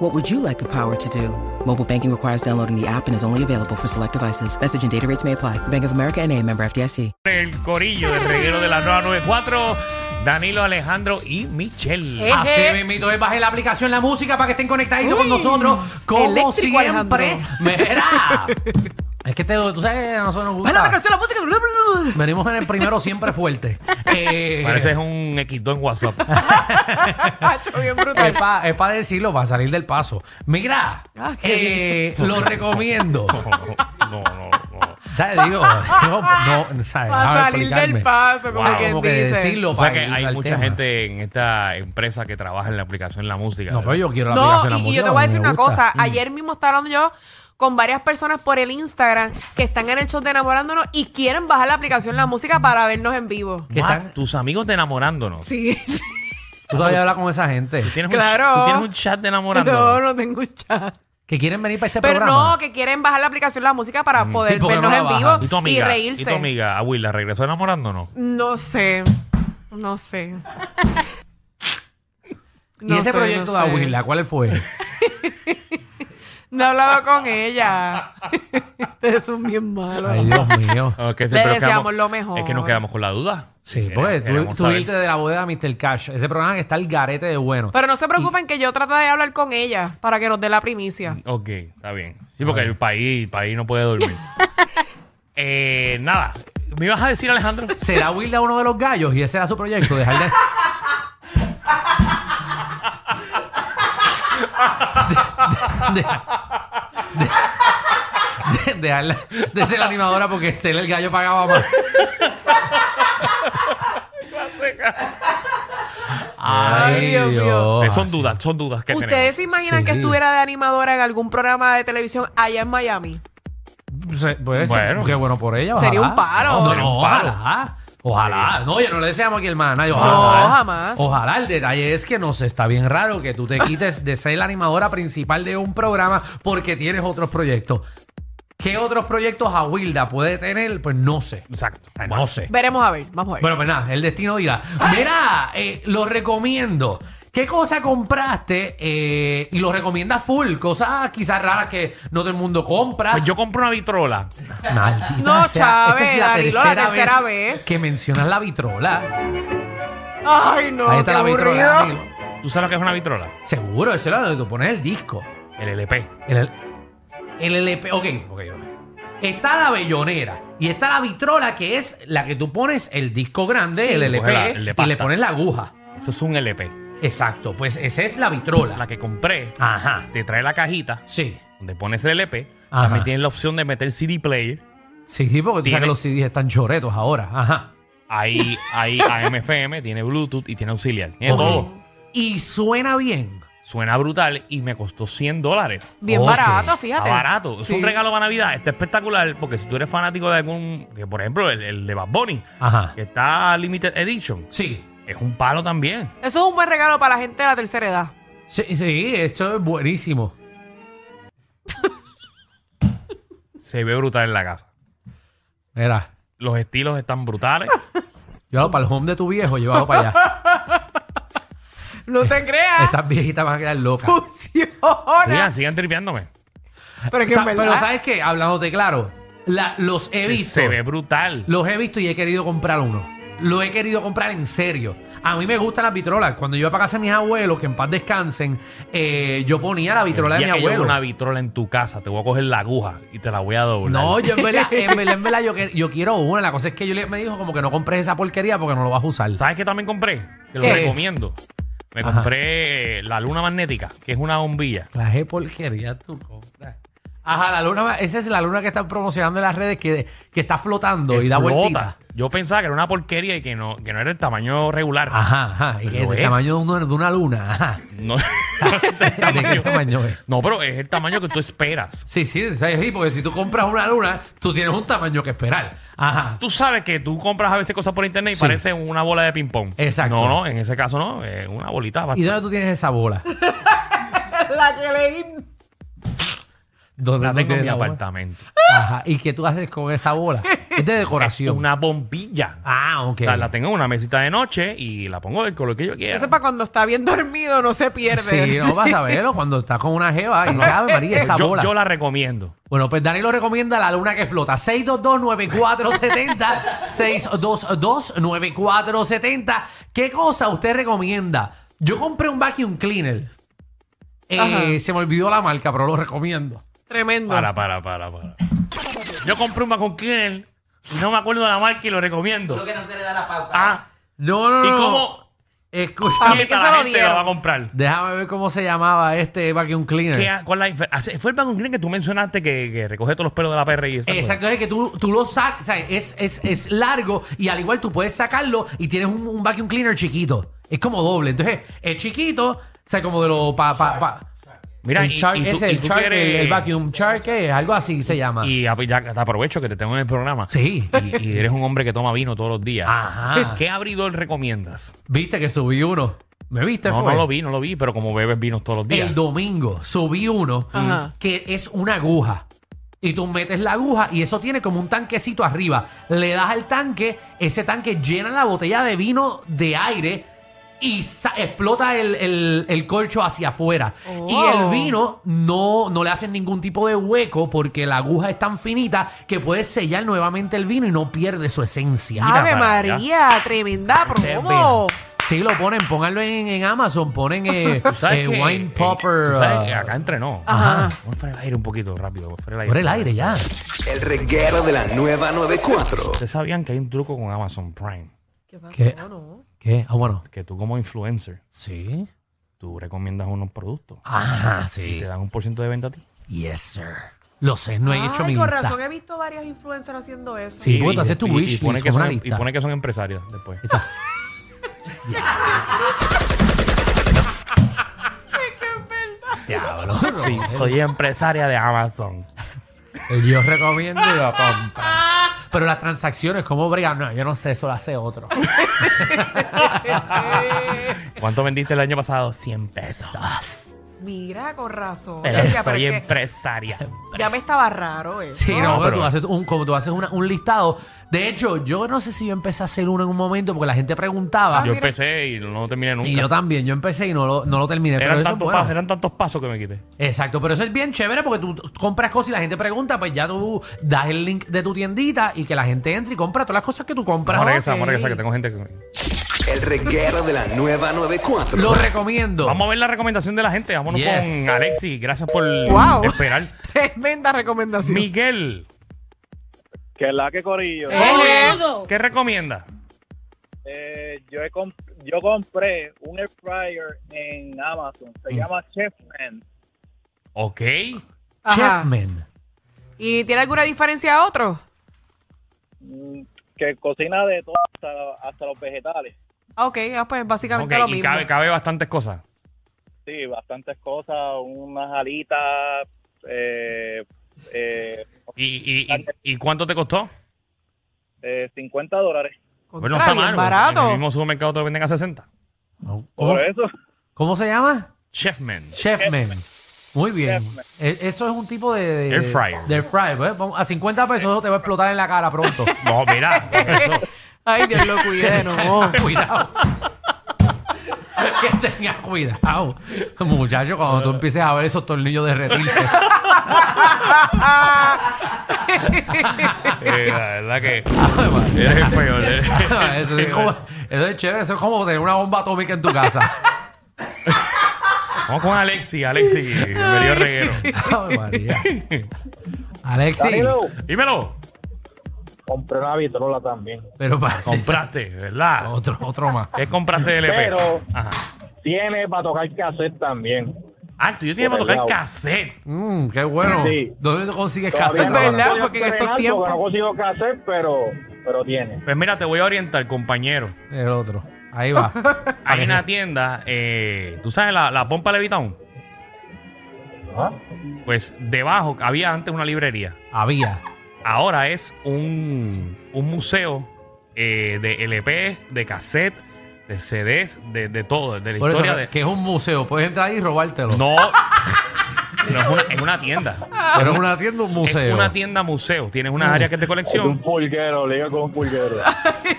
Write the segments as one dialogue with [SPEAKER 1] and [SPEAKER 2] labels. [SPEAKER 1] What would you like the power to do? Mobile banking requires downloading the app and is only available for select devices. Message and data rates may apply. Bank of America and a member FDIC.
[SPEAKER 2] el corillo del reguero de la 994, Danilo, Alejandro y
[SPEAKER 3] Eh.
[SPEAKER 2] Michelle.
[SPEAKER 4] Así mismito es, baje la aplicación La Música para que estén conectaditos con nosotros, como
[SPEAKER 3] eléctrico,
[SPEAKER 4] siempre.
[SPEAKER 3] Alejandro.
[SPEAKER 4] Mira, es que te, tú sabes que a nosotros nos
[SPEAKER 3] Bueno, la
[SPEAKER 4] gusta.
[SPEAKER 3] canción, la música.
[SPEAKER 4] Venimos en el primero siempre fuerte. Eh,
[SPEAKER 2] Pareces un equipo en WhatsApp.
[SPEAKER 3] Hacho, bien
[SPEAKER 4] es
[SPEAKER 3] brutal.
[SPEAKER 4] para decirlo, para salir del paso. Mira,
[SPEAKER 3] Ah, qué
[SPEAKER 4] eh, lo recomiendo.
[SPEAKER 2] No, no, no.
[SPEAKER 4] ¿Sabes? Digo, no, no, ¿sabes?
[SPEAKER 3] Va
[SPEAKER 4] Déjame
[SPEAKER 3] a salir
[SPEAKER 4] explicarme.
[SPEAKER 3] del paso, como
[SPEAKER 2] Wow.
[SPEAKER 3] quien
[SPEAKER 4] Como que
[SPEAKER 3] dice.
[SPEAKER 4] decirlo
[SPEAKER 2] O sea
[SPEAKER 4] para
[SPEAKER 2] que
[SPEAKER 4] ir
[SPEAKER 2] hay
[SPEAKER 4] al
[SPEAKER 2] mucha
[SPEAKER 4] tema.
[SPEAKER 2] gente en esta empresa que trabaja en la aplicación La Música.
[SPEAKER 4] No, pero yo quiero la
[SPEAKER 3] No,
[SPEAKER 4] aplicación
[SPEAKER 3] y,
[SPEAKER 4] La
[SPEAKER 3] y
[SPEAKER 4] Música.
[SPEAKER 3] yo te voy a
[SPEAKER 4] porque
[SPEAKER 3] decir
[SPEAKER 4] me
[SPEAKER 3] una
[SPEAKER 4] gusta.
[SPEAKER 3] cosa.
[SPEAKER 4] Mm.
[SPEAKER 3] Ayer mismo estaba hablando yo con varias personas por el Instagram que están en el show de enamorándonos y quieren bajar la aplicación La Música para vernos en vivo.
[SPEAKER 2] Que
[SPEAKER 4] Ma-
[SPEAKER 2] están tus amigos de enamorándonos.
[SPEAKER 3] Sí,
[SPEAKER 4] Tú todavía hablas con esa gente
[SPEAKER 2] ¿Tienes
[SPEAKER 3] Claro.
[SPEAKER 2] Un, tú tienes un chat de enamorándonos.
[SPEAKER 3] no, no tengo chat.
[SPEAKER 4] que quieren venir para este
[SPEAKER 3] Pero
[SPEAKER 4] programa.
[SPEAKER 3] no, que quieren bajar la aplicación La Música para poder
[SPEAKER 4] ¿y por qué no
[SPEAKER 3] vernos
[SPEAKER 4] la
[SPEAKER 3] en
[SPEAKER 4] bajan?
[SPEAKER 3] vivo
[SPEAKER 2] Y tu amiga.
[SPEAKER 3] reírse.
[SPEAKER 2] tu amiga, Abuela, regresó enamorándonos.
[SPEAKER 3] No sé, no sé.
[SPEAKER 4] y ese
[SPEAKER 3] sé,
[SPEAKER 4] proyecto
[SPEAKER 3] no
[SPEAKER 4] de
[SPEAKER 3] sé.
[SPEAKER 4] Abuela, ¿cuál fue?
[SPEAKER 3] No he hablado con ella. Ustedes son bien malos.
[SPEAKER 4] Ay, Dios mío.
[SPEAKER 2] Ah, que
[SPEAKER 3] Le
[SPEAKER 2] siempre nos
[SPEAKER 3] deseamos lo mejor.
[SPEAKER 2] Es que nos quedamos con la duda.
[SPEAKER 4] Sí,
[SPEAKER 2] Queremos-
[SPEAKER 4] porque tú,
[SPEAKER 2] queremos
[SPEAKER 4] tú
[SPEAKER 2] saber.
[SPEAKER 4] irte de la bodega Mr. Cash. Ese programa que está el garete de bueno.
[SPEAKER 3] Pero no se preocupen que yo trato de hablar con ella para que nos dé la primicia.
[SPEAKER 2] Ok, está bien. Sí, porque el país, el país no puede dormir. eh, nada. ¿Me ibas a decir, Alejandro?
[SPEAKER 4] ¿Será Wilda uno de los gallos? Y ese era su proyecto, dejar de... De- de- de- dejarla de ser animadora porque ser el gallo pagaba más.
[SPEAKER 3] Ay, Dios mío.
[SPEAKER 2] Eh, son dudas, son dudas que
[SPEAKER 3] ¿Ustedes se imaginan
[SPEAKER 4] Sí.
[SPEAKER 3] que estuviera de animadora en algún programa de televisión allá en Miami?
[SPEAKER 4] Se- puede ser.
[SPEAKER 2] Bueno.
[SPEAKER 4] Qué bueno por ella.
[SPEAKER 3] Sería
[SPEAKER 4] ojalá.
[SPEAKER 3] un paro.
[SPEAKER 4] No,
[SPEAKER 2] Sería
[SPEAKER 4] no,
[SPEAKER 2] un paro.
[SPEAKER 4] ojalá. Ojalá. No, yo no le deseamos aquí el mal a nadie. Ojalá. ¿eh?
[SPEAKER 3] jamás.
[SPEAKER 4] Ojalá. El detalle es que nos está bien raro que tú te quites de ser la animadora principal de un programa porque tienes otros proyectos. ¿Qué otros proyectos a Wilda puede tener? Pues no sé.
[SPEAKER 2] Exacto.
[SPEAKER 4] Ay,
[SPEAKER 2] Bueno,
[SPEAKER 4] No sé.
[SPEAKER 3] Veremos a ver, vamos a ver.
[SPEAKER 4] Bueno, pues nada, el destino dirá. Mira, eh, lo recomiendo. ¿Qué cosa compraste eh, y lo recomiendas full? Cosas quizás raras que no todo el mundo compra.
[SPEAKER 2] Pues yo compré una vitrola.
[SPEAKER 4] Maldita
[SPEAKER 3] No,
[SPEAKER 4] sea. Esta
[SPEAKER 3] Chávez,
[SPEAKER 4] es la
[SPEAKER 3] Danilo,
[SPEAKER 4] tercera,
[SPEAKER 3] la tercera
[SPEAKER 4] vez,
[SPEAKER 3] vez.
[SPEAKER 4] que mencionas la vitrola.
[SPEAKER 3] Ay, no,
[SPEAKER 4] Ahí
[SPEAKER 3] qué
[SPEAKER 4] está la
[SPEAKER 3] aburrido.
[SPEAKER 4] vitrola. Danilo.
[SPEAKER 2] ¿Tú sabes lo que es una vitrola?
[SPEAKER 4] Seguro, eso era lo que pones el disco.
[SPEAKER 2] El LP.
[SPEAKER 4] El, el LP. Ok, ok, ok. Está la bellonera y está la vitrola, que es la que tú pones el disco grande, el LP,
[SPEAKER 2] Coge la- el de
[SPEAKER 4] y le
[SPEAKER 2] pasta.
[SPEAKER 4] pones la aguja.
[SPEAKER 2] Eso es un LP.
[SPEAKER 4] Exacto, pues esa es la vitrola.
[SPEAKER 2] La que compré
[SPEAKER 4] Ajá.
[SPEAKER 2] te trae la cajita
[SPEAKER 4] Sí.
[SPEAKER 2] donde pones el LP.
[SPEAKER 4] Ajá.
[SPEAKER 2] También tienes la opción de meter CD player.
[SPEAKER 4] Sí, sí, porque tú sabes
[SPEAKER 2] Tiene-
[SPEAKER 4] que los CDs están choretos ahora. Ajá.
[SPEAKER 2] Ahí, ahí AMFM, tiene Bluetooth y tiene auxiliar. Tiene
[SPEAKER 4] Ok.
[SPEAKER 2] todo.
[SPEAKER 4] Y suena bien.
[SPEAKER 2] Suena brutal y me costó 100 dólares.
[SPEAKER 3] Bien
[SPEAKER 4] Ok.
[SPEAKER 3] barato, fíjate.
[SPEAKER 2] Está barato. Es
[SPEAKER 3] Sí.
[SPEAKER 2] un regalo para Navidad. Está espectacular porque si tú eres fanático de algún... Que por ejemplo, el, el de Bad Bunny,
[SPEAKER 4] Ajá.
[SPEAKER 2] que está Limited Edition.
[SPEAKER 4] Sí.
[SPEAKER 2] Es un palo también.
[SPEAKER 3] Eso es un buen regalo para la gente de la tercera edad.
[SPEAKER 4] Sí, sí, esto es buenísimo.
[SPEAKER 2] Se ve brutal en la casa.
[SPEAKER 4] Mira,
[SPEAKER 2] Los estilos están brutales.
[SPEAKER 4] llévalo para el home de tu viejo, llévalo para allá.
[SPEAKER 3] No te creas.
[SPEAKER 4] Esas viejitas van a quedar locas.
[SPEAKER 2] Sigan,
[SPEAKER 3] Funciona.
[SPEAKER 2] sigan tripeándome.
[SPEAKER 3] Pero es que
[SPEAKER 4] Sa-
[SPEAKER 3] en verdad.
[SPEAKER 4] pero ¿sabes qué? Hablándote claro, la- los he
[SPEAKER 2] Se,
[SPEAKER 4] visto.
[SPEAKER 2] se ve brutal.
[SPEAKER 4] Los he visto y he querido comprar uno. Lo he querido comprar en serio. A mí me gustan las vitrolas. Cuando yo iba para casa de mis abuelos, que en paz descansen, eh, yo ponía la vitrola
[SPEAKER 2] El
[SPEAKER 4] de
[SPEAKER 2] día
[SPEAKER 4] mi
[SPEAKER 2] que yo vea
[SPEAKER 4] abuelo.
[SPEAKER 2] una vitrola en tu casa, te voy a coger la aguja y te la voy a doblar.
[SPEAKER 4] No, yo en verdad, en verdad, en verdad, yo, que- yo quiero una. La cosa es que yo le, me dijo como que no compres esa porquería porque no lo vas a usar.
[SPEAKER 2] ¿Sabes qué también compré? Que lo
[SPEAKER 4] ¿Qué?
[SPEAKER 2] recomiendo. Me
[SPEAKER 4] Ajá.
[SPEAKER 2] compré eh, la luna magnética, que es una bombilla.
[SPEAKER 4] La de porquería tú compras. Ajá, la luna, esa es la luna que están promocionando en las redes que, que está flotando
[SPEAKER 2] Que
[SPEAKER 4] y da
[SPEAKER 2] flota.
[SPEAKER 4] vueltita.
[SPEAKER 2] Yo Yo pensaba que era una porquería y que no, que no era el tamaño regular.
[SPEAKER 4] Ajá, ajá. Y que
[SPEAKER 2] Lo
[SPEAKER 4] el
[SPEAKER 2] es.
[SPEAKER 4] tamaño de, una- de una luna. Ajá.
[SPEAKER 2] No, el
[SPEAKER 4] ¿De qué
[SPEAKER 2] tamaño-
[SPEAKER 4] tamaño es?
[SPEAKER 2] no, pero es el tamaño que tú esperas.
[SPEAKER 4] Sí, sí, o sea, sí, porque si tú compras una luna, tú tienes un tamaño que esperar. Ajá.
[SPEAKER 2] Tú sabes que tú compras a veces cosas por internet y
[SPEAKER 4] Sí.
[SPEAKER 2] parece una bola de ping-pong.
[SPEAKER 4] Exacto.
[SPEAKER 2] No, no, en ese caso no, es una bolita
[SPEAKER 4] ¿Y
[SPEAKER 2] bastante.
[SPEAKER 4] dónde tú tienes esa bola?
[SPEAKER 3] La que leí.
[SPEAKER 4] ¿Dónde
[SPEAKER 2] La
[SPEAKER 4] tú
[SPEAKER 2] tengo en
[SPEAKER 4] tienes
[SPEAKER 2] mi
[SPEAKER 4] la bola?
[SPEAKER 2] apartamento.
[SPEAKER 4] Ajá. ¿Y qué tú haces con esa bola? Es de
[SPEAKER 2] Es
[SPEAKER 4] decoración.
[SPEAKER 2] Una bombilla.
[SPEAKER 4] Ah, ok.
[SPEAKER 2] O sea, la tengo en una mesita de noche y la pongo del color que yo quiera.
[SPEAKER 3] Eso es para cuando está bien dormido, no se pierde.
[SPEAKER 4] Sí, no vas a verlo cuando estás con una jeva y dices, "Ave María, esa
[SPEAKER 2] yo,
[SPEAKER 4] bola.
[SPEAKER 2] yo la recomiendo.
[SPEAKER 4] Bueno, pues Dani lo recomienda la luna que flota. 622-9470. 622-9470. ¿Qué cosa usted recomienda? Yo compré un vacuum cleaner. Eh,
[SPEAKER 3] Ajá.
[SPEAKER 4] se me olvidó la marca, pero lo recomiendo.
[SPEAKER 3] Tremendo.
[SPEAKER 2] Para, para, para, para. Yo compré un Macon Cleaner y no me acuerdo de la marca y lo recomiendo.
[SPEAKER 5] Creo que no quiere dar la pauta.
[SPEAKER 2] Ah,
[SPEAKER 4] No, no,
[SPEAKER 2] ¿y
[SPEAKER 4] no.
[SPEAKER 2] cómo Ah,
[SPEAKER 3] A
[SPEAKER 4] Escucha,
[SPEAKER 3] mí que
[SPEAKER 2] quieta
[SPEAKER 3] se lo
[SPEAKER 2] la gente
[SPEAKER 3] dieron.
[SPEAKER 2] lo va a comprar?
[SPEAKER 4] déjame ver cómo se llamaba este vacuum
[SPEAKER 2] ¿Qué
[SPEAKER 4] cleaner.
[SPEAKER 2] ha- cuál la difer- ah, sí, fue el Macon Cleaner que tú mencionaste que, que recoge todos los pelos de la perra y esa cosa.
[SPEAKER 4] Exacto, es que tú, tú lo sacas, o sea, es, es, es largo y al igual tú puedes sacarlo y tienes un, un vacuum cleaner chiquito. Es como doble. Entonces, es chiquito, o sea, como de lo pa, pa, pa.
[SPEAKER 2] Mira,
[SPEAKER 4] el
[SPEAKER 2] y-
[SPEAKER 4] shark,
[SPEAKER 2] y tú-
[SPEAKER 4] ese,
[SPEAKER 2] y
[SPEAKER 4] el,
[SPEAKER 2] tú
[SPEAKER 4] shark,
[SPEAKER 2] quieres-
[SPEAKER 4] el, el vacuum shark, ¿qué? algo así se llama.
[SPEAKER 2] Y ap- ya te aprovecho que te tengo en el programa.
[SPEAKER 4] Sí.
[SPEAKER 2] Y, y eres un hombre que toma vino todos los días.
[SPEAKER 4] Ajá.
[SPEAKER 2] ¿Qué abridor recomiendas?
[SPEAKER 4] Viste que subí uno. ¿Me viste?
[SPEAKER 2] No,
[SPEAKER 4] fue?
[SPEAKER 2] no lo vi, no lo vi, pero como bebes vinos todos los días.
[SPEAKER 4] El domingo subí uno
[SPEAKER 3] Ajá.
[SPEAKER 4] que es una aguja. Y tú metes la aguja y eso tiene como un tanquecito arriba. Le das al tanque, ese tanque llena la botella de vino de aire y sa- explota el, el- el colcho hacia afuera. Y el
[SPEAKER 3] Wow.
[SPEAKER 4] vino no, no le hacen ningún tipo de hueco porque la aguja es tan finita que puedes sellar nuevamente el vino y no pierde su esencia.
[SPEAKER 2] mira
[SPEAKER 3] Ave
[SPEAKER 2] para allá.
[SPEAKER 3] María, tremenda promo.
[SPEAKER 4] Sí, lo ponen, pónganlo en, en Amazon, ponen eh,
[SPEAKER 2] ¿Tú sabes
[SPEAKER 4] eh,
[SPEAKER 2] que-
[SPEAKER 4] Wine
[SPEAKER 2] eh,
[SPEAKER 4] Popper.
[SPEAKER 2] tú sabes que
[SPEAKER 4] ah,
[SPEAKER 2] acá entrenó.
[SPEAKER 3] Ajá.
[SPEAKER 2] Voy a fuera el aire un poquito rápido. voy a fuera el aire.
[SPEAKER 4] Por el aire ya.
[SPEAKER 6] El reguero de la nueva 94.
[SPEAKER 2] Ustedes sabían que hay un truco con Amazon Prime.
[SPEAKER 3] ¿Qué pasó?
[SPEAKER 4] ¿Qué?
[SPEAKER 3] No.
[SPEAKER 4] ¿Qué? Ah, bueno.
[SPEAKER 2] Que tú como influencer,
[SPEAKER 4] Sí.
[SPEAKER 2] tú recomiendas unos productos.
[SPEAKER 4] Ajá,
[SPEAKER 2] Y
[SPEAKER 4] sí.
[SPEAKER 2] te dan un por ciento de venta a ti.
[SPEAKER 4] Yes, sir. Lo sé, no he
[SPEAKER 3] Ay,
[SPEAKER 4] hecho mi
[SPEAKER 3] con
[SPEAKER 4] lista.
[SPEAKER 3] razón he visto varias influencers haciendo eso.
[SPEAKER 4] Sí, porque tú haces tu
[SPEAKER 2] y- y
[SPEAKER 4] wishlist
[SPEAKER 2] pone que
[SPEAKER 4] como
[SPEAKER 2] son- em-
[SPEAKER 4] una lista.
[SPEAKER 2] Y pone que son empresarios después.
[SPEAKER 4] Diablo.
[SPEAKER 2] Sí, soy empresaria de Amazon.
[SPEAKER 4] Yo recomiendo y lo compro. Pero las transacciones, ¿cómo bregan? No, yo no sé, eso lo hace otro.
[SPEAKER 2] ¿Cuánto vendiste el año pasado? 100 pesos.
[SPEAKER 4] Ah,
[SPEAKER 3] Mira, con razón.
[SPEAKER 2] Pero
[SPEAKER 3] Yo decía,
[SPEAKER 2] soy
[SPEAKER 3] pero es que
[SPEAKER 2] empresaria.
[SPEAKER 3] ya me estaba raro eso.
[SPEAKER 4] Sí, no,
[SPEAKER 2] No,
[SPEAKER 4] pero tú
[SPEAKER 2] pero-
[SPEAKER 4] haces un, como tú haces una- un listado. De hecho, yo no sé si yo empecé a hacer uno en un momento porque la gente preguntaba.
[SPEAKER 2] Yo
[SPEAKER 3] Ah, mira.
[SPEAKER 2] empecé y no terminé nunca.
[SPEAKER 4] y yo también, yo empecé y no lo, no lo terminé. Pero
[SPEAKER 2] eran,
[SPEAKER 4] eso es
[SPEAKER 2] tantos
[SPEAKER 4] bueno.
[SPEAKER 2] pasos, eran tantos pasos que me quité.
[SPEAKER 4] Exacto, pero eso es bien chévere porque tú compras cosas y la gente pregunta, pues ya tú das el link de tu tiendita y que la gente entre y compra todas las cosas que tú compras.
[SPEAKER 2] Vamos a regresar,
[SPEAKER 4] Ok.
[SPEAKER 2] vamos a regresar, que tengo gente que...
[SPEAKER 6] El reguero de la nueva 94.
[SPEAKER 4] Lo recomiendo.
[SPEAKER 2] Vamos a ver la recomendación de la gente. Vámonos
[SPEAKER 4] Yes.
[SPEAKER 2] con Alexi. Gracias por
[SPEAKER 3] Wow.
[SPEAKER 2] esperar.
[SPEAKER 3] Tremenda recomendación.
[SPEAKER 2] Miguel,
[SPEAKER 7] Que es la que
[SPEAKER 3] Eh,
[SPEAKER 7] corillo.
[SPEAKER 8] Saludos.
[SPEAKER 2] ¿qué recomienda?
[SPEAKER 7] Eh, yo, he comp- yo compré un air fryer en Amazon. Se
[SPEAKER 2] Mm.
[SPEAKER 7] llama Chef Man.
[SPEAKER 2] Ok.
[SPEAKER 3] Ajá.
[SPEAKER 4] Chefman.
[SPEAKER 3] ¿Y tiene alguna diferencia a otro?
[SPEAKER 7] mm, Que cocina de todo hasta, hasta los vegetales.
[SPEAKER 3] Ah, Ok, ah, pues básicamente
[SPEAKER 2] Ok,
[SPEAKER 3] lo
[SPEAKER 2] y
[SPEAKER 3] mismo.
[SPEAKER 2] cabe, cabe bastantes cosas.
[SPEAKER 7] Sí, bastantes cosas. Unas alitas. Eh, eh,
[SPEAKER 2] ¿Y, y, y- y cuánto te costó?
[SPEAKER 7] eh, 50 dólares.
[SPEAKER 3] Contra,
[SPEAKER 2] Bueno, no está
[SPEAKER 3] bien
[SPEAKER 2] mal. En
[SPEAKER 3] barato.
[SPEAKER 2] el mismo supermercado te lo venden a 60.
[SPEAKER 3] Oh.
[SPEAKER 4] ¿Cómo,
[SPEAKER 7] Por eso.
[SPEAKER 4] cómo se llama?
[SPEAKER 2] Chefman.
[SPEAKER 4] Chefman. Muy bien. E- Eso es un tipo de... de-
[SPEAKER 2] Air fryer.
[SPEAKER 4] de air fryer. Pues, vamos, A 50 pesos eso te va a explotar en la cara pronto.
[SPEAKER 2] No, mira. Eh, eso.
[SPEAKER 3] Ay, Dios lo cuide, no.
[SPEAKER 4] cuidado. que tenga cuidado. Muchacho, cuando tú empieces a ver esos tornillos derretirse.
[SPEAKER 2] Eh, la verdad que
[SPEAKER 4] Ay, madre.
[SPEAKER 2] eres eh. el peor.
[SPEAKER 4] Ah,
[SPEAKER 2] eres-
[SPEAKER 4] eso, es como- eso es chévere, eso es como tener una bomba atómica en tu casa.
[SPEAKER 2] Vamos con Alexi. Alexi, bienvenido al reguero.
[SPEAKER 4] Ave María. Alexi,
[SPEAKER 2] Dímelo.
[SPEAKER 7] compré una vitrola también.
[SPEAKER 4] pero para
[SPEAKER 2] Compraste, ¿verdad?
[SPEAKER 4] otro, otro más.
[SPEAKER 2] ¿Qué compraste de LP?
[SPEAKER 7] Pero-
[SPEAKER 2] Ajá.
[SPEAKER 7] Tiene para tocar cassette también.
[SPEAKER 2] Ah, tú yo tenía para
[SPEAKER 7] Por el
[SPEAKER 2] tocar
[SPEAKER 7] lado.
[SPEAKER 2] cassette.
[SPEAKER 4] Mm, qué bueno.
[SPEAKER 7] Sí.
[SPEAKER 4] ¿Dónde tú consigues
[SPEAKER 7] Todavía
[SPEAKER 4] cassette
[SPEAKER 3] Es verdad,
[SPEAKER 4] ahora?
[SPEAKER 7] estoy
[SPEAKER 3] porque en estos
[SPEAKER 7] estrenando,
[SPEAKER 3] tiempos-
[SPEAKER 7] que No consigo cassette, pero pero tiene.
[SPEAKER 2] Pues mira, te voy a orientar, compañero.
[SPEAKER 4] El otro. Ahí va.
[SPEAKER 2] Hay una tienda, eh, ¿tú sabes la, la pompa Levitown? Pues debajo había antes una librería.
[SPEAKER 4] Había.
[SPEAKER 2] Ahora es un, un museo eh, de LP, de cassette, de CDs, de, de todo, de la
[SPEAKER 4] Por eso,
[SPEAKER 2] historia de...
[SPEAKER 4] que es un museo. Puedes entrar ahí y robártelo.
[SPEAKER 2] No, no es una, es una tienda.
[SPEAKER 4] Pero es una tienda, un museo.
[SPEAKER 2] Es una tienda museo. Tienes unas áreas que es de colección.
[SPEAKER 7] pulguero, liga con un pulguero.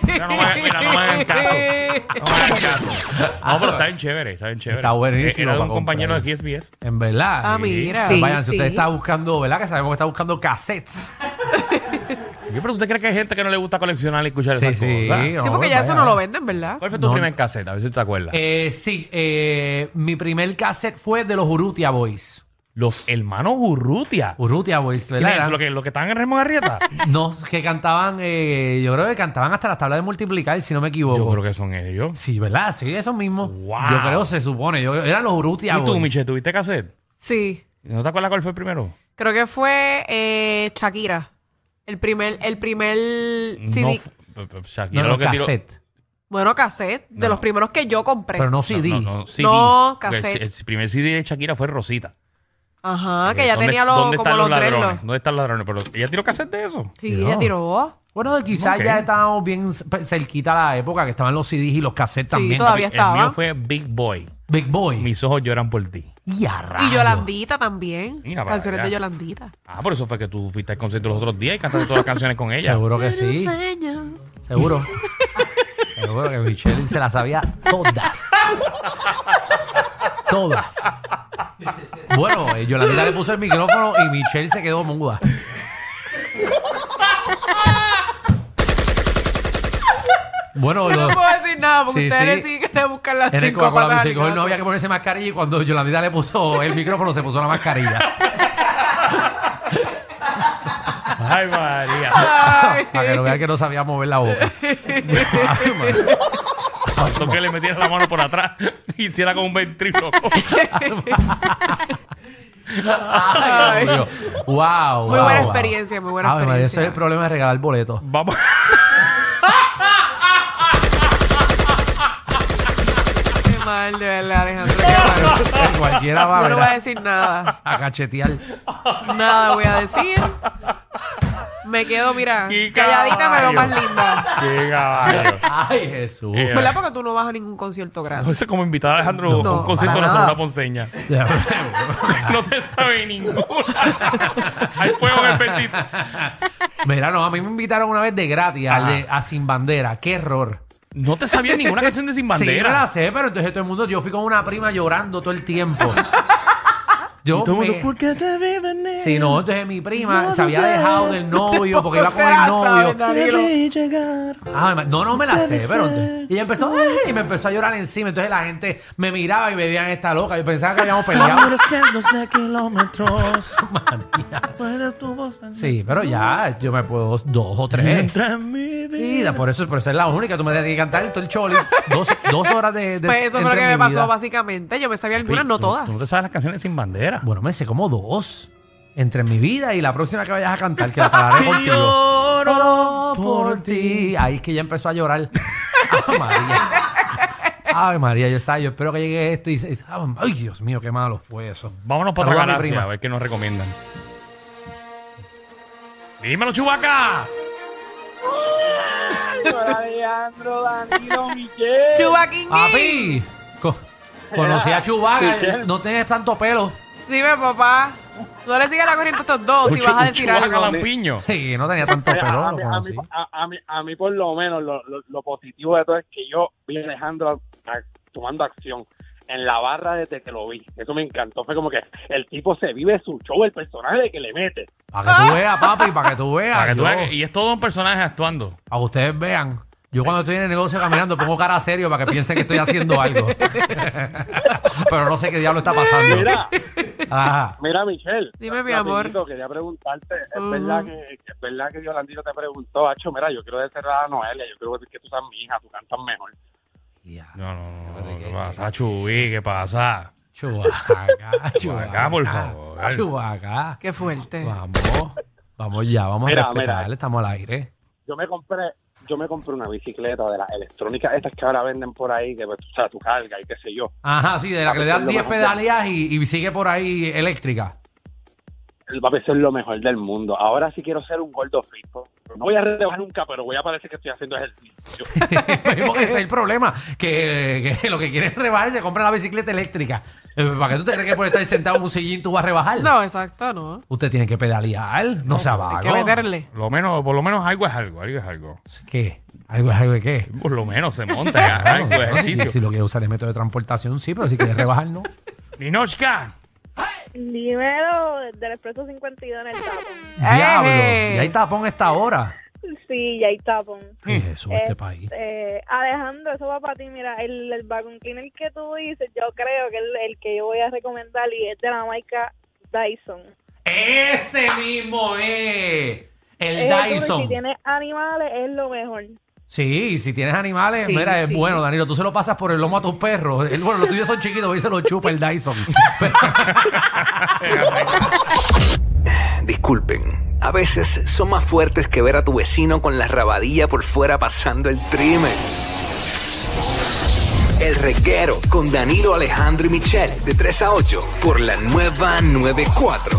[SPEAKER 2] Mira, no me, mira, no me hagan caso. No me hagan caso. No, pero está bien chévere, está bien chévere.
[SPEAKER 4] Está buenísimo
[SPEAKER 2] Era de un
[SPEAKER 4] para
[SPEAKER 2] compañero
[SPEAKER 4] comprar.
[SPEAKER 2] de SBS.
[SPEAKER 4] En verdad.
[SPEAKER 3] Ah,
[SPEAKER 4] Sí.
[SPEAKER 3] mira.
[SPEAKER 4] Pues
[SPEAKER 5] Sí,
[SPEAKER 4] Vayan, si
[SPEAKER 5] sí.
[SPEAKER 4] usted está buscando, ¿verdad? Que sabemos que está buscando cassettes.
[SPEAKER 2] Yo, pero ¿usted cree que hay gente que no le gusta coleccionar y escuchar esas cosas?
[SPEAKER 3] Sí, porque ya eso no lo venden, ¿verdad?
[SPEAKER 2] ¿Cuál fue tu
[SPEAKER 4] No.
[SPEAKER 2] primer cassette? A ver si te acuerdas.
[SPEAKER 4] Eh, sí, eh, mi primer cassette fue de los Urrutia Boys.
[SPEAKER 2] Los hermanos Urrutia.
[SPEAKER 4] Urrutia Boys,
[SPEAKER 2] ¿Quién
[SPEAKER 4] ¿verdad?
[SPEAKER 2] es?
[SPEAKER 4] Eran-
[SPEAKER 2] ¿Lo que, ¿Lo que estaban en Remo Garrieta?
[SPEAKER 4] No, que cantaban, eh, yo creo que cantaban hasta las tablas de multiplicar, si no me equivoco.
[SPEAKER 2] Yo creo que son ellos.
[SPEAKER 4] Sí, ¿verdad? Sí, eso mismo.
[SPEAKER 2] Wow.
[SPEAKER 4] Yo creo, se supone. Yo, eran los Urrutia pues.
[SPEAKER 2] ¿Y tú,
[SPEAKER 4] Boys.
[SPEAKER 2] Miche, tuviste cassette?
[SPEAKER 3] Sí.
[SPEAKER 2] ¿No te acuerdas cuál fue el primero?
[SPEAKER 3] Creo que fue eh, Shakira. El primer, el primer
[SPEAKER 2] No,
[SPEAKER 3] CD.
[SPEAKER 2] fu- p- p- Shakira
[SPEAKER 4] No,
[SPEAKER 2] lo
[SPEAKER 4] no,
[SPEAKER 2] que tiró-
[SPEAKER 4] cassette.
[SPEAKER 3] Bueno, cassette, de los primeros que yo compré.
[SPEAKER 4] Pero no CD.
[SPEAKER 2] No, no, no, CD.
[SPEAKER 3] No,
[SPEAKER 2] Porque el-
[SPEAKER 3] cassette.
[SPEAKER 2] El, primer CD de Shakira fue Rosita.
[SPEAKER 3] Ajá, que
[SPEAKER 2] Eh,
[SPEAKER 3] ya
[SPEAKER 2] ¿dónde-
[SPEAKER 3] tenía los,
[SPEAKER 2] ¿Dónde
[SPEAKER 3] como
[SPEAKER 2] están
[SPEAKER 3] los
[SPEAKER 2] los
[SPEAKER 3] dreadlocks.
[SPEAKER 2] ladrones? ¿Dónde están los ladrones? Pero ella tiró cassette de eso.
[SPEAKER 3] Sí,
[SPEAKER 4] Tiró.
[SPEAKER 3] ella tiró.
[SPEAKER 4] Bueno, quizás
[SPEAKER 2] Ok.
[SPEAKER 4] ya estábamos bien c- cerquita a la época que estaban los CDs y los cassettes
[SPEAKER 3] Sí,
[SPEAKER 4] también.
[SPEAKER 3] todavía
[SPEAKER 2] El mío
[SPEAKER 3] estaba.
[SPEAKER 2] fue Big Boy.
[SPEAKER 4] Big Boy.
[SPEAKER 2] Mis ojos lloran por ti.
[SPEAKER 4] Y a rayos.
[SPEAKER 3] Y Yolandita también.
[SPEAKER 2] Mira para
[SPEAKER 3] Canciones
[SPEAKER 2] allá.
[SPEAKER 3] de Yolandita.
[SPEAKER 2] Ah, por eso fue que tú fuiste al concierto los otros días y cantaste todas las canciones con ella.
[SPEAKER 4] Seguro que
[SPEAKER 3] Te
[SPEAKER 4] sí.
[SPEAKER 3] enseño.
[SPEAKER 4] Seguro. Seguro que Michelle se las sabía todas. todas. Bueno, eh, Yolandita le puso el micrófono y Michelle se quedó muda. Bueno,
[SPEAKER 3] Yo
[SPEAKER 4] lo-
[SPEAKER 3] no puedo decir nada porque
[SPEAKER 4] Sí,
[SPEAKER 3] ustedes
[SPEAKER 4] sí.
[SPEAKER 3] sí que te buscan las
[SPEAKER 4] en el
[SPEAKER 3] cinco
[SPEAKER 4] Coca-Cola
[SPEAKER 3] patas.
[SPEAKER 4] Music Hall no había que ponerse mascarilla y cuando Yolandita le puso el micrófono se puso la mascarilla.
[SPEAKER 2] Ay, María.
[SPEAKER 3] Ay.
[SPEAKER 4] Para que no vean que no sabía mover la boca. Ay, madre.
[SPEAKER 2] Faltó que le metiera la mano por atrás y hiciera como un ventríloco.
[SPEAKER 4] Ay, Dios mío.
[SPEAKER 3] Muy
[SPEAKER 4] Wow. wow,
[SPEAKER 3] buena
[SPEAKER 4] wow.
[SPEAKER 3] experiencia, muy buena
[SPEAKER 4] Ave María, ese es el
[SPEAKER 3] experiencia.
[SPEAKER 4] problema de regalar boletos.
[SPEAKER 2] Vamos.
[SPEAKER 3] Qué mal, de verdad, Alejandro. Qué mal.
[SPEAKER 4] Cualquiera va
[SPEAKER 3] Yo no voy a
[SPEAKER 4] ¿verdad?
[SPEAKER 3] decir nada.
[SPEAKER 4] a cachetear.
[SPEAKER 3] Nada voy a decir. Me quedo, mira,
[SPEAKER 2] Y
[SPEAKER 3] calladita me veo
[SPEAKER 2] caballo.
[SPEAKER 3] más linda.
[SPEAKER 2] Qué caballo.
[SPEAKER 4] Ay, Jesús.
[SPEAKER 2] Eh,
[SPEAKER 3] ¿Verdad? Porque tú no vas a ningún concierto
[SPEAKER 2] A
[SPEAKER 3] gratis.
[SPEAKER 2] veces como invitar a Alejandro a
[SPEAKER 3] No,
[SPEAKER 2] un concierto de
[SPEAKER 3] para
[SPEAKER 2] la
[SPEAKER 3] nada.
[SPEAKER 2] segunda ponceña. No te sabe ninguna. Hay fuego en el vestido.
[SPEAKER 4] Mira, no, a mí me invitaron una vez de gratis al de- a Sin Bandera. Qué error.
[SPEAKER 2] No te sabía ninguna canción de Sin
[SPEAKER 4] Sí, me la
[SPEAKER 2] Bandera.
[SPEAKER 4] sé, pero entonces todo el mundo, yo fui con una prima llorando todo el tiempo. Yo
[SPEAKER 2] Y todo el mundo,
[SPEAKER 4] me-
[SPEAKER 2] ¿por qué te vi venir?
[SPEAKER 4] Sí, no, entonces mi prima
[SPEAKER 2] No
[SPEAKER 4] se había
[SPEAKER 2] digas.
[SPEAKER 4] dejado del novio porque iba con
[SPEAKER 3] Te la
[SPEAKER 4] el
[SPEAKER 3] sabes,
[SPEAKER 4] novio.
[SPEAKER 2] Te
[SPEAKER 3] Danilo.
[SPEAKER 2] vi llegar.
[SPEAKER 4] Ah, ma- no, no me la
[SPEAKER 2] Te
[SPEAKER 4] sé,
[SPEAKER 2] besé.
[SPEAKER 4] pero. entonces- Y ella empezó, "Ay", y me empezó a llorar encima. Entonces la gente me miraba y me veían esta loca. Yo pensaba que habíamos peleado.
[SPEAKER 2] cientos de kilómetros. Fuera tu voz en-
[SPEAKER 4] Sí, pero ya, yo me puedo dos o tres.
[SPEAKER 2] Entra en mi vida.
[SPEAKER 4] Vida, por eso, por ser la única, tú me tienes que cantar todo el choli. Dos, dos horas de, de-
[SPEAKER 3] Pues eso fue lo
[SPEAKER 4] entre
[SPEAKER 3] que
[SPEAKER 4] mi
[SPEAKER 3] me pasó,
[SPEAKER 4] vida.
[SPEAKER 3] básicamente. Yo me sabía algunas,
[SPEAKER 2] Tú-
[SPEAKER 3] no
[SPEAKER 2] tú- Tú no te
[SPEAKER 3] todas.
[SPEAKER 2] sabes las canciones de sin bandera.
[SPEAKER 4] Bueno, me sé como dos. Entre mi vida y la próxima que vayas a cantar, que la pararé contigo.
[SPEAKER 2] Lloro
[SPEAKER 4] Por ti. Ahí es que ya empezó a llorar. Ay, María. Ay, María, yo estaba, yo espero que llegue esto y, y- ay, Dios mío, qué malo fue eso.
[SPEAKER 2] Vámonos para otra
[SPEAKER 4] Saluda a mi
[SPEAKER 2] galaxia
[SPEAKER 4] prima.
[SPEAKER 2] a ver qué nos recomiendan. ¡Dímelo, Chubaca!
[SPEAKER 7] Alejandro, Danilo, Michelle.
[SPEAKER 3] Chubaquingui.
[SPEAKER 4] Papi, co- conocí a Chubaca,
[SPEAKER 7] Michelle.
[SPEAKER 4] no tienes tanto pelo.
[SPEAKER 3] Dime, papá. No le sigas la corriente a estos dos si
[SPEAKER 2] Un chu-
[SPEAKER 3] vas a
[SPEAKER 2] un
[SPEAKER 3] decir
[SPEAKER 2] Chewbacca
[SPEAKER 3] algo.
[SPEAKER 2] lampiño.
[SPEAKER 4] Sí, no tenía tanto
[SPEAKER 7] Mira,
[SPEAKER 4] pelo,
[SPEAKER 7] a,
[SPEAKER 4] lo
[SPEAKER 7] mí, a mí-
[SPEAKER 4] conocí.
[SPEAKER 7] a- a mí- a mí por lo menos lo, lo- lo positivo de todo es que yo vi a Alejandro a- tomando acción en la barra desde que lo vi. Eso me encantó. Fue como que el tipo se vive su show, el personaje que le mete.
[SPEAKER 4] Para
[SPEAKER 7] Ah.
[SPEAKER 4] que tú veas, papi, para que tú veas.
[SPEAKER 2] Para que tú
[SPEAKER 4] yo-
[SPEAKER 2] veas que- Y es todo un personaje actuando.
[SPEAKER 4] A ustedes vean. Yo cuando estoy en el negocio caminando pongo cara serio para que piensen que estoy haciendo algo. Pero no sé qué diablo está pasando.
[SPEAKER 7] Mira,
[SPEAKER 4] Ajá.
[SPEAKER 7] mira Michelle.
[SPEAKER 3] Dime, mi amor.
[SPEAKER 7] rapidito, Quería preguntarte, es
[SPEAKER 3] Ujú.
[SPEAKER 7] verdad que es verdad que Yolandino te preguntó, Hacho, mira, yo quiero desterrar a Noelia, yo quiero que tú seas mi hija, tú cantas mejor.
[SPEAKER 2] No, no, no. ¿Qué pasa, Chubi? ¿Qué pasa?
[SPEAKER 4] Chubaca,
[SPEAKER 2] Chubaca,
[SPEAKER 4] chubaca.
[SPEAKER 2] por favor.
[SPEAKER 4] Chubaca.
[SPEAKER 3] Qué fuerte.
[SPEAKER 4] Vamos. Vamos ya, vamos
[SPEAKER 7] Mira,
[SPEAKER 4] a respetarle.
[SPEAKER 7] mira.
[SPEAKER 4] Estamos al aire.
[SPEAKER 7] Yo- yo me compré yo me compré una bicicleta de las electrónicas estas que ahora venden por ahí que pues, o sea, tú cargas y qué sé yo
[SPEAKER 4] Ajá, sí, de la que le das
[SPEAKER 7] Lo
[SPEAKER 4] 10
[SPEAKER 7] mejor.
[SPEAKER 4] pedaleas y, y sigue por ahí eléctrica.
[SPEAKER 7] el papi eso es lo mejor del mundo ahora sí quiero ser un gordo frito no voy a rebajar nunca pero voy a parecer que estoy haciendo ejercicio
[SPEAKER 4] Porque ese es el problema, que, que lo que quieres rebajar es que compra la bicicleta eléctrica. Eh, ¿Para qué tú te crees que por estar sentado en un sillín tú vas a rebajar?
[SPEAKER 3] No, exacto, no.
[SPEAKER 4] Usted tiene que pedalear, no, se
[SPEAKER 3] Hay
[SPEAKER 4] avago.
[SPEAKER 3] que meterle.
[SPEAKER 2] Lo menos, por lo menos algo es algo, algo es algo.
[SPEAKER 4] ¿Qué? ¿Algo es algo de qué?
[SPEAKER 2] Por lo menos se monta, ajá, algo de
[SPEAKER 4] Bueno, si,
[SPEAKER 2] ejercicio.
[SPEAKER 4] si lo quieres usar de método de transportación, sí, pero si quieres rebajar, no.
[SPEAKER 2] Ninochka,
[SPEAKER 5] Dímelo, del Expreso 52 en el tapón.
[SPEAKER 4] Diablo.
[SPEAKER 3] Eje.
[SPEAKER 4] Y hay tapón a esta hora.
[SPEAKER 5] Sí, ya hay tapón.
[SPEAKER 4] ¿Qué es eso, este país?
[SPEAKER 5] Eh, Alejandro, eso va para ti. Mira, el, el vacuum cleaner que tú dices, yo creo que es el, el que yo voy a recomendar y es de la marca Dyson.
[SPEAKER 4] Ese mismo es. El
[SPEAKER 5] Es duro Eh, y
[SPEAKER 4] Dyson.
[SPEAKER 5] Si tienes animales, es lo mejor.
[SPEAKER 4] Sí, si tienes animales,
[SPEAKER 3] Sí,
[SPEAKER 4] mira, es
[SPEAKER 3] sí.
[SPEAKER 4] bueno, Danilo. Tú se lo pasas por el lomo a tus perros. El- Bueno, los tuyos son chiquitos, y se los chupa el Dyson. Pero-
[SPEAKER 6] Disculpen, a veces son más fuertes que ver a tu vecino con la rabadilla por fuera pasando el trimmer. El reguero con Danilo Alejandro y Michel de 3 a 8 por la nueva 94.